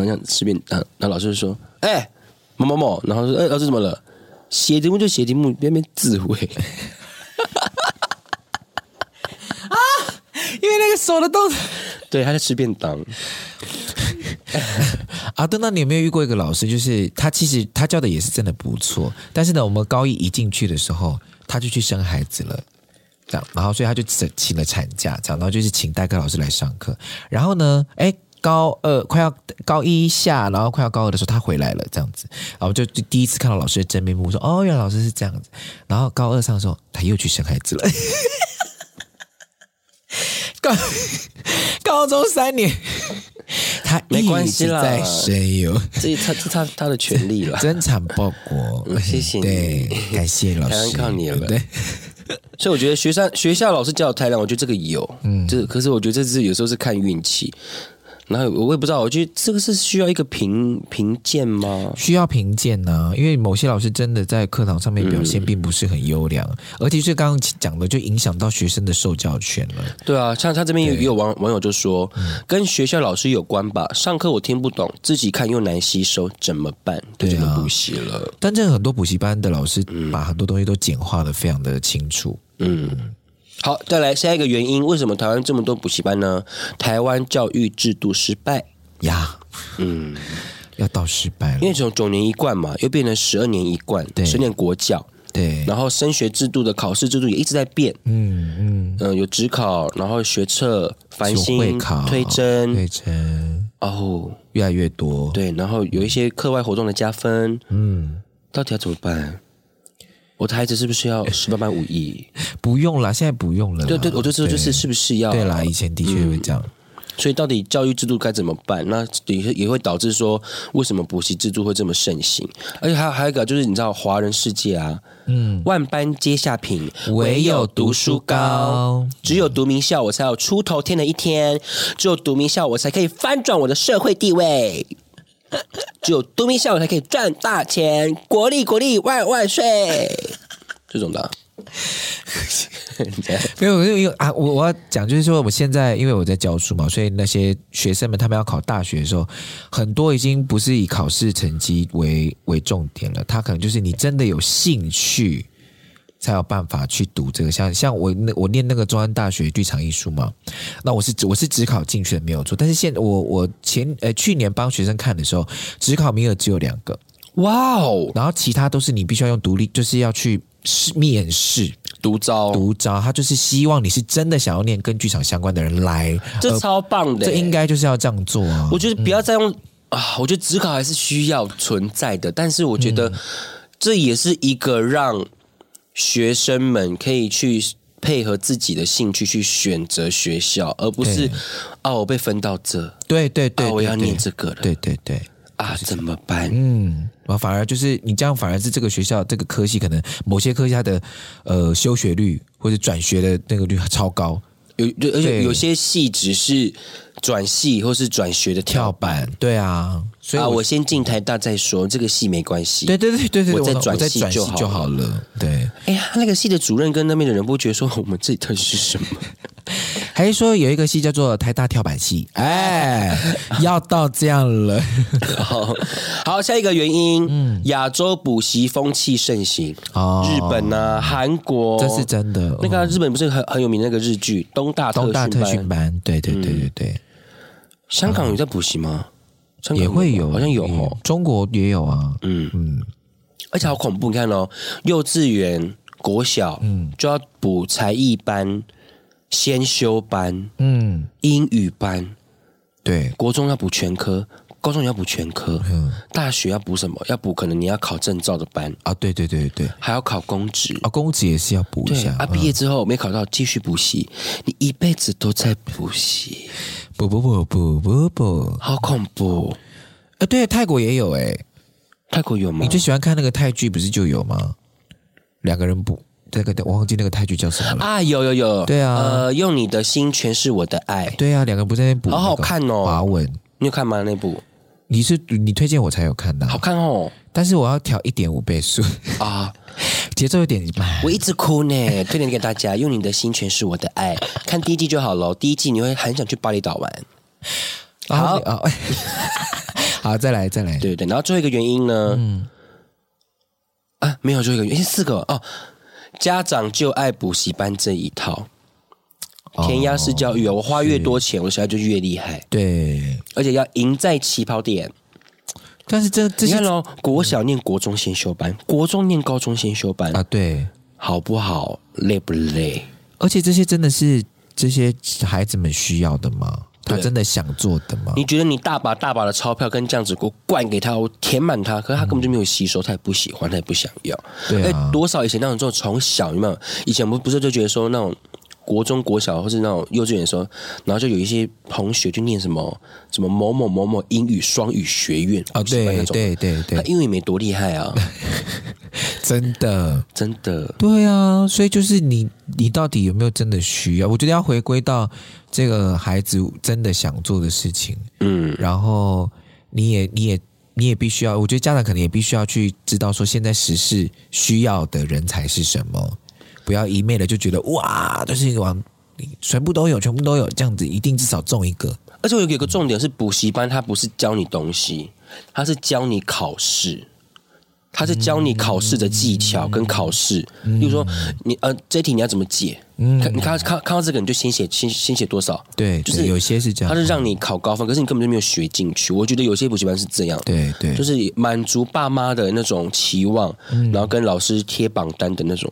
后这样吃便当，然后老师就说：“哎、某某某。”然后说：“哎、老师怎么了？写题目就写题目，边边自慰。 *laughs* 因为那个手的动作。”对，他在吃便当，啊，对，那你有没有遇过一个老师，就是他其实他教的也是真的不错，但是呢，我们高一一进去的时候，他就去生孩子了。这样，然后所以他就请请了产假，这样，然后就是请代课老师来上课。然后呢，哎，高二快要高一下，然后快要高二的时候，他回来了，这样子，然后就就第一次看到老师的真面目，说哦，原来老师是这样子。然后高二上的时候，他又去生孩子了。 *laughs* 高高中三年，他没关系啦一直在生哟，这他这他他的权利 *laughs* 了。增产报国。嗯谢谢你对，感谢老师，台湾靠你了对，所以我觉得学校学校老师教的太烂，我觉得这个有，嗯，这可是我觉得这是有时候是看运气。然后我也不知道，我觉得这个是需要一个评评鉴吗？需要评鉴呢，因为某些老师真的在课堂上面表现并不是很优良，嗯而且是刚刚讲的，就影响到学生的受教权了。对啊，像他这边也也有网网友就说，跟学校老师有关吧。上课我听不懂，自己看又难吸收，怎么办？对，对就啊能补习了。但这很多补习班的老师嗯把很多东西都简化的非常的清楚。好，再来下一个原因，为什么台湾这么多补习班呢？台湾教育制度失败，呀，嗯，要到失败因为了。从九年一贯嘛，又变成十二年一贯，十年国教，对，然后升学制度的考试制度也一直在变，嗯嗯，嗯，有职考，然后学测、繁所星会、考推甄，推甄哦，越来越多。对，然后有一些课外活动的加分，嗯，到底要怎么办？我的孩子是不是要哎十八般武艺？不用啦，现在不用了啦。对对，我就说就是是不是要对啦，以前的确会这样。所以到底教育制度该怎么办？那也会也会导致说，为什么补习制度会这么盛行？而且还有还有一个就是，你知道华人世界啊，嗯，万般皆下品，唯有读书高。只有读名校，我才有出头天的一天；只有读名校，我才可以翻转我的社会地位；只有读名校，我才可以赚大钱。国力国力万万岁！这种的啊、没有，因为因为啊，我我要讲就是说，我现在因为我在教书嘛，所以那些学生们他们要考大学的时候，很多已经不是以考试成绩为为重点了，他可能就是你真的有兴趣。才有办法去读这个，像像我那我念那个中央大学剧场艺术嘛，那我是只我是只考进去的没有错，但是现我我前呃去年帮学生看的时候，只考名额只有两个，哇哦，然后其他都是你必须要用独立，就是要去试面试，独招，独招，他就是希望你是真的想要念跟剧场相关的人来，这呃超棒的、欸这应该，该就是要这样做啊。我觉得不要再用、啊，我觉得职考还是需要存在的，但是我觉得嗯这也是一个让学生们可以去。配合自己的兴趣去选择学校，而不是对啊，我被分到这，对对对，啊，我对要念，对这个了，对对对，啊，怎么办？嗯，然后反而就是你这样，反而是这个学校这个科系可能某些科系它的呃休学率或者转学的那个率超高，有就而且对有些系只是转系或是转学的跳跳板，对啊，所以啊，我我先进台大再说，这个系没关系。对对对对对，我再懂转我再系转就系好就了好了，对。哎呀，那个系的主任跟那边的人不觉得说 *laughs* 我们这里到底是什么？还是说有一个戏叫做台大跳板戏， *laughs* 哎，要到这样了，好，好，下一个原因，亚洲补习风气盛行，嗯哦日本啊，韩国，这是真的。那个啊、嗯日本不是很很有名那个日剧《东大东大特特训班》，嗯班，对对对对对，香港有在补习吗？香港嗯也会有，吗好像有也哦。中国也有啊，嗯嗯，而且好恐怖！你看哦，幼稚园、国小，嗯就要补才艺班、先修班、嗯，英语班，对，国中要补全科，高中也要补全科，嗯大学要补什么？要补可能你要考证照的班，啊，对对对对，还要考公职。啊，公子也是要补一对下啊，，毕业之后没考到，继续补习，你一辈子都在补习，不不不不不不，好恐怖！啊，对，泰国也有哎，啊泰国有吗你？最喜欢看那个泰剧不是就有吗？两个人补那个，我忘记那个泰剧叫什么了。啊，有有有，对啊呃，用你的心诠释我的爱，对啊，两个人不在那啊边补，好好看哦华文，你有看吗？那部你是你推荐我才有看的啊、好看哦但是我要调一点五 *laughs* 倍速，啊！节奏有点慢。我一直哭呢， *laughs* 推荐给大家，用你的心诠释我的爱。看第一季就好了，第一季你会很想去巴厘岛玩，然后你哦 *laughs* 好，再来再来。对对。然后最后一个原因呢？嗯啊，没有最后一个原因，四个哦。家长就爱补习班这一套，哦填鸭式教育啊，我花越多钱，我小孩就越厉害，对，而且要赢在起跑点。但是这这你些看喽，国小念国中先修班，国中念高中先修班，啊，对，好不好？累不累？而且这些真的是这些孩子们需要的吗？他真的想做的吗？你觉得你大把大把的钞票跟这样子给我灌给他，我填满他，可是他根本就没有吸收，他也不喜欢，他也不想要。对啊哎多少以前那种这种从小有没有？以前我们不是就觉得说那种国中、国小或是那种幼稚园的时候，然后就有一些同学就念什么什么某某某某英语双语学院啊，补习班对那种啊对对他对，英语没多厉害 *laughs* 啊，真 *laughs* 的。真的。对啊，所以就是你，你到底有没有真的需要？我觉得要回归到这个孩子真的想做的事情，嗯，然后你也，你也，你也必须要，我觉得家长可能也必须要去知道说，现在时事需要的人才是什么，不要一昧的就觉得哇，都是往全部都有，全部都有这样子，一定至少中一个。而且我有一个重点是，补习班它不是教你东西，它是教你考试，它是教你考试的技巧跟考试。嗯例如说，你呃这一题你要怎么解？看你看看看到这个你就先写先先写多少，对，就是对有些是这样，它是让你考高分，可是你根本就没有学进去。我觉得有些补习班是这样，对对，嗯就是满足爸妈的那种期望，然后跟老师贴榜单的那种，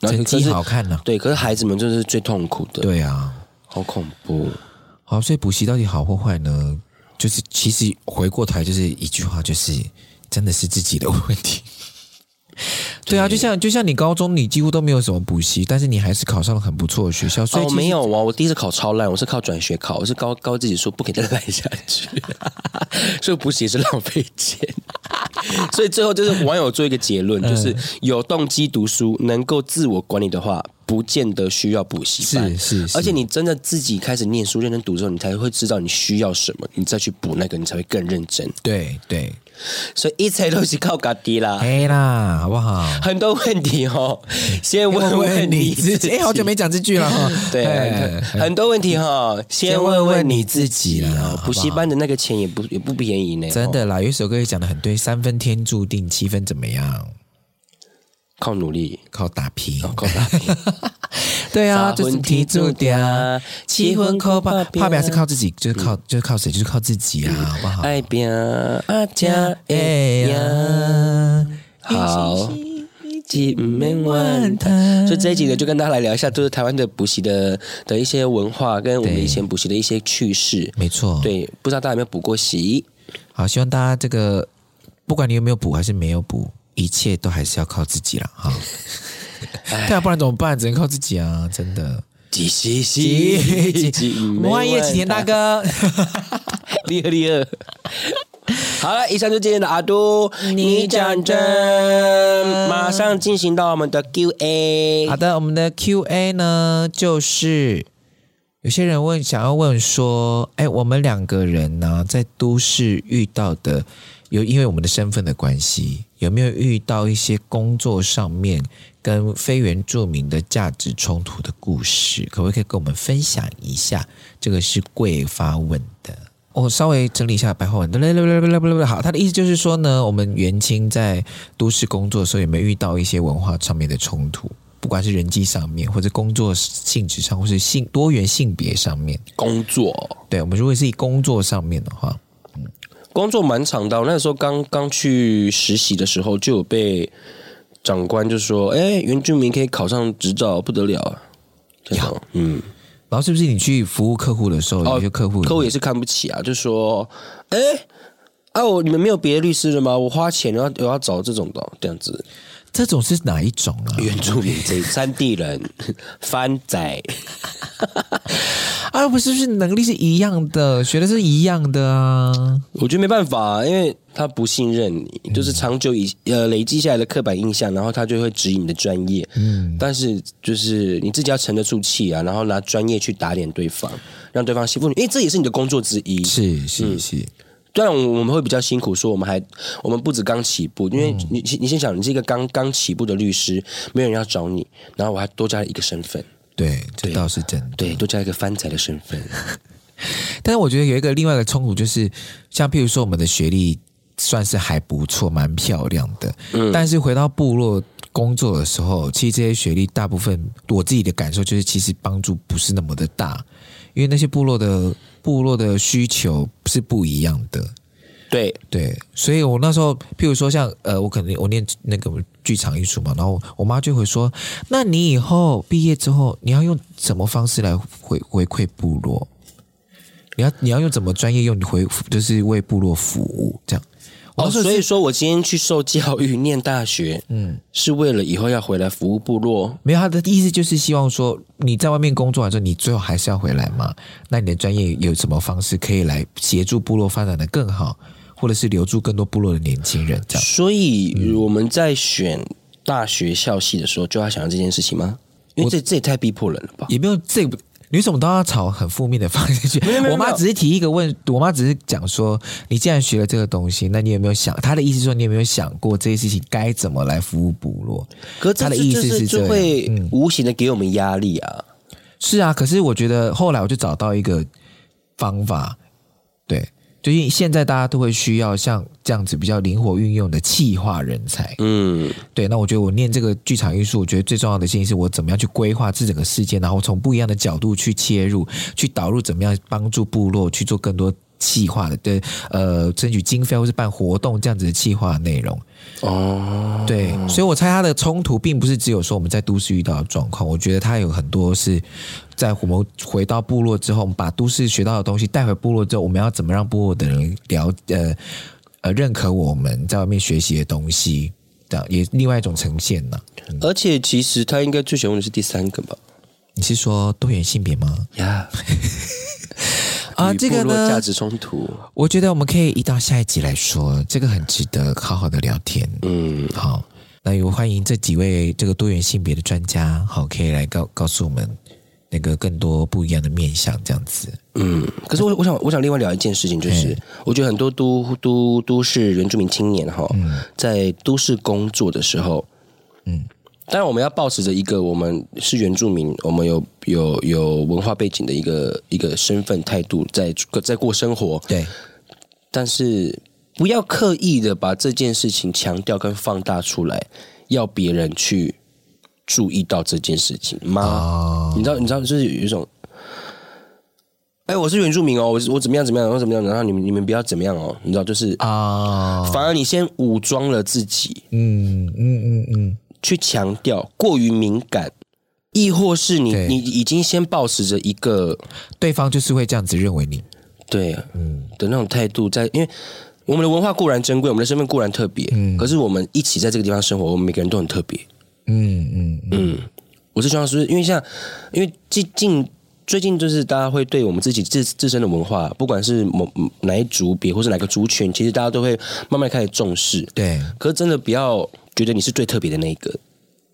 然后可成绩是好看呢、啊对，可是孩子们就是最痛苦的，对啊。好恐怖。好，所以补习到底好或坏呢？就是其实回过头来就是一句话，就是真的是自己的问题。对啊，就像就像你高中你几乎都没有什么补习，但是你还是考上了很不错的学校，所以哦，其实没有啊，我第一次考超烂，我是靠转学考，我是高高自己说不可以再烂下 *laughs* 去，所以补习也是浪费钱。 *laughs* 所以最后就是网友做一个结论，嗯就是有动机读书，能够自我管理的话，不见得需要补习班。是是是而且你真的自己开始念书、认真读之后，你才会知道你需要什么，你再去补那个，你才会更认真。对对，所以一切都是靠嘎滴啦。哎啦，好不好？很多问题哦，先 *laughs* 问问你自己。哎，好久没讲这句了哈。 *laughs* 对，啊很哎很多问题哈，先问问你自己先问问你自己啦啊。补习班的那个钱也不也不便宜呢，真哦的啦，有一首歌也讲的很对，三分天注定，七分怎么样？靠努 *laughs* 力，靠打拼。哦靠打拼。对啊，三分就是天注定啊天注定，啊七分靠七打分靠打拼拼。怕表是靠自己，就是靠就是靠谁，就是靠自己啦，好不好？爱拼啊加哎哎呀，呀，好。几免万叹，所以这一集呢，就跟大家来聊一下，就是台湾的补习的的一些文化，跟我们以前补习的一些趣事。没错。对，不知道大家有没有补过习？好，希望大家这个不管你有没有补还是没有补，一切都还是要靠自己啦。哈。对啊，不然怎么办？只能靠自己啊，真的。几习习 *laughs* 几魔幻夜启田大，哥， *laughs* 厉害厉害。好了，以上就是今天的阿都，你讲真，马上进行到我们的 Q&A 好。的，我们的 Q&A 呢，就是有些人问，想要问说，哎，我们两个人呢、在都市遇到的，有因为我们的身份的关系，有没有遇到一些工作上面跟非原住民的价值冲突的故事？可不可以跟我们分享一下？这个是贵发问的。我稍微整理一下白话文，好，他的意思就是说呢，我们元青在都市工作的时候，有没有遇到一些文化上面的冲突？不管是人际上面，或者工作性质上，或是性多元性别上面，工作，对我们如果是以工作上面的话，工作蛮长的。我那时候刚刚去实习的时候，就有被长官就说：“哎、原住民可以考上执照，不得了啊！”这种，嗯，然后是不是你去服务客户的时候，哦有些客户客户也是看不起啊，就说：“哎、啊，我你们没有别的律师了吗？我花钱我要我要找这种的，这样子。”这种是哪一种啊？原住民这一 *laughs* 山地人、番仔，啊，不是，是能力是一样的，学的是一样的啊。我觉得没办法啊、因为他不信任你，就是长久以呃累积下来的刻板印象，然后他就会质疑你的专业。嗯，但是就是你自己要沉得住气啊，然后拿专业去打脸对方，让对方欺负你，因为这也是你的工作之一。是是是，当然，我们会比较辛苦，说我们还我们不止刚起步，因为你你先想，你是一个刚刚起步的律师，没有人要找你，然后我还多加了一个身份，对，这倒是真的。对，多加一个番仔的身份。但是我觉得有一个另外的冲突，就是像譬如说我们的学历算是还不错，蛮漂亮的，但是回到部落工作的时候，其实这些学历大部分我自己的感受就是，其实帮助不是那么的大，因为那些部落的部落的需求是不一样的。对，对，所以我那时候，譬如说像呃，我可能我念那个剧场艺术嘛，然后我妈就会说，那你以后毕业之后，你要用什么方式来回回馈部落？你要你要用怎么专业用回，就是为部落服务这样。我哦，那时候所是以说我今天去受教育、念大学，嗯，是为了以后要回来服务部落。没有他的意思就是希望说你在外面工作完之后，你最后还是要回来嘛？那你的专业有什么方式可以来协助部落发展的更好，或者是留住更多部落的年轻人这样？所以我们在选大学校系的时候，就要想到这件事情吗？因为这这也太逼迫人了吧？也没有这个，你为什么都要朝很负面的方向去？我妈只是提一个问，我妈只是讲说，你既然学了这个东西，那你有没有想？她的意思是说，你有没有想过这些事情该怎么来服务部落？可这他的这意这嗯思是是就这会无形的给我们压力啊。是啊，可是我觉得后来我就找到一个方法，对，就是因为现在大家都会需要像这样子比较灵活运用的气化人才。嗯，对，那我觉得我念这个剧场艺术，我觉得最重要的事情是我怎么样去规划这整个事件，然后从不一样的角度去切入，去导入怎么样帮助部落去做更多企划的，对，呃，争取经费或是办活动这样子的企划内容。哦，对，所以我猜它的冲突并不是只有说我们在都市遇到的状况，我觉得它有很多是在我们回到部落之后，我们把都市学到的东西带回部落之后，我们要怎么让部落的人了呃呃认可我们在外面学习的东西。这样也另外一种呈现呢、而且其实他应该最喜欢的是第三个吧？你是说多元性别吗？呀、啊，与这个部落价呢，值冲突，我觉得我们可以移到下一集来说，这个很值得好好的聊天。嗯，好，那有欢迎这几位这个多元性别的专家，好，可以来告告诉我们那个更多不一样的面向，这样子。嗯，可是我我想我想另外聊一件事情，就是我觉得很多都都都市原住民青年哈，在都市工作的时候，嗯嗯，当然我们要保持着一个我们是原住民，我们有有有文化背景的一个一个身份态度在在过生活，对，但是不要刻意的把这件事情强调跟放大出来，要别人去注意到这件事情吗？哦，你知道，你知道，就是有一种，哎、我是原住民哦，我是我怎么样怎么样，然后怎么样，然后你们你们不要怎么样哦，你知道，就是、啊，反而你先武装了自己，嗯嗯嗯嗯，去强调过于敏感，亦或是你对你已经先保持着一个对方就是会这样子认为你。对啊嗯的那种态度在，因为。我们的文化固然珍贵，我们的身份固然特别，可是我们一起在这个地方生活，我们每个人都很特别。嗯嗯嗯，我是希望是因为像，因为最近最近就是大家会对我们自己自自身的文化，不管是某哪一族别或是哪个族群，其实大家都会慢慢开始重视。对，可是真的不要觉得你是最特别的那一个，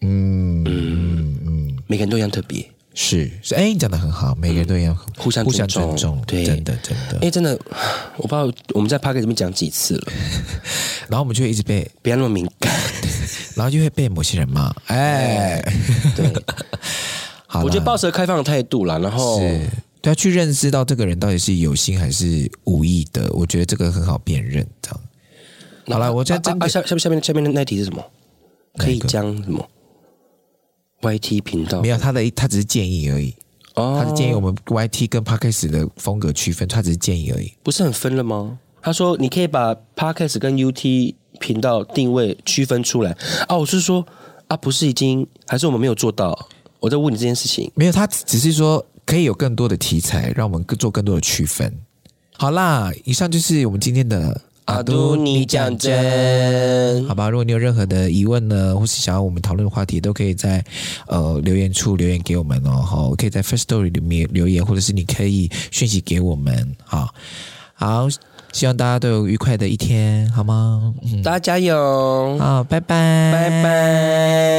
嗯嗯嗯，每个人都一样特别。是是，哎，你讲的很好，每个人都一样，互相嗯互相尊尊重重，对真的真的哎、。真的，我不知道我们在 p a r k 这边讲几次了，然后我们就会一直被，不要那么敏 *laughs* 感。然后就会被某些人骂，哎，对，好啦，我觉得抱持开放的态度啦，然后是，对啊，去认识到这个人到底是有心还是无意的，我觉得这个很好辨认。这样，好啦我觉得真啊的啊下下面下面下面的那题是什么？可以哪一个将什么 YT 频道没有他的，他只是建议而已。啊哦他是建议我们 YT 跟 Podcast 的风格区分，他只是建议而已。不是很分了吗？他说你可以把 podcast 跟 UT 频道定位区分出来啊。我是说啊，不是已经还是我们没有做到？我在问你这件事情。没有，他只是说可以有更多的题材，让我们更做更多的区分。好啦，以上就是我们今天的阿都，你讲真，好吧，如果你有任何的疑问呢，或是想要我们讨论的话题，都可以在呃留言处留言给我们哦。好，可以在 First Story 里面留言，或者是你可以讯息给我们。好，好，希望大家都有愉快的一天，好吗？嗯，大家加油，好，拜拜，拜拜。